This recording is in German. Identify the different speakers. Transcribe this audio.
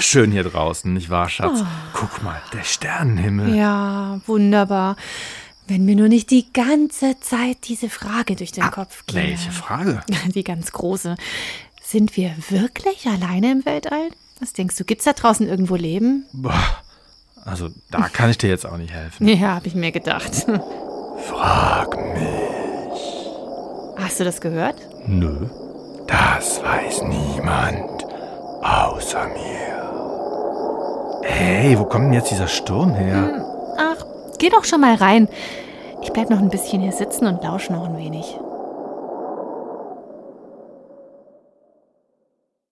Speaker 1: Schön hier draußen, nicht wahr, Schatz? Guck mal, der Sternenhimmel.
Speaker 2: Ja, wunderbar. Wenn mir nur nicht die ganze Zeit diese Frage durch den Kopf geht.
Speaker 1: Welche Frage?
Speaker 2: Die ganz große. Sind wir wirklich alleine im Weltall? Was denkst du, gibt's da draußen irgendwo Leben?
Speaker 1: Boah, also da kann ich dir jetzt auch nicht helfen.
Speaker 2: Ja, habe ich mir gedacht.
Speaker 1: Frag mich.
Speaker 2: Hast du das gehört?
Speaker 1: Nö. Das weiß niemand außer mir. Hey, wo kommt denn jetzt dieser Sturm her?
Speaker 2: Ach, geh doch schon mal rein. Ich bleib noch ein bisschen hier sitzen und lausche noch ein wenig.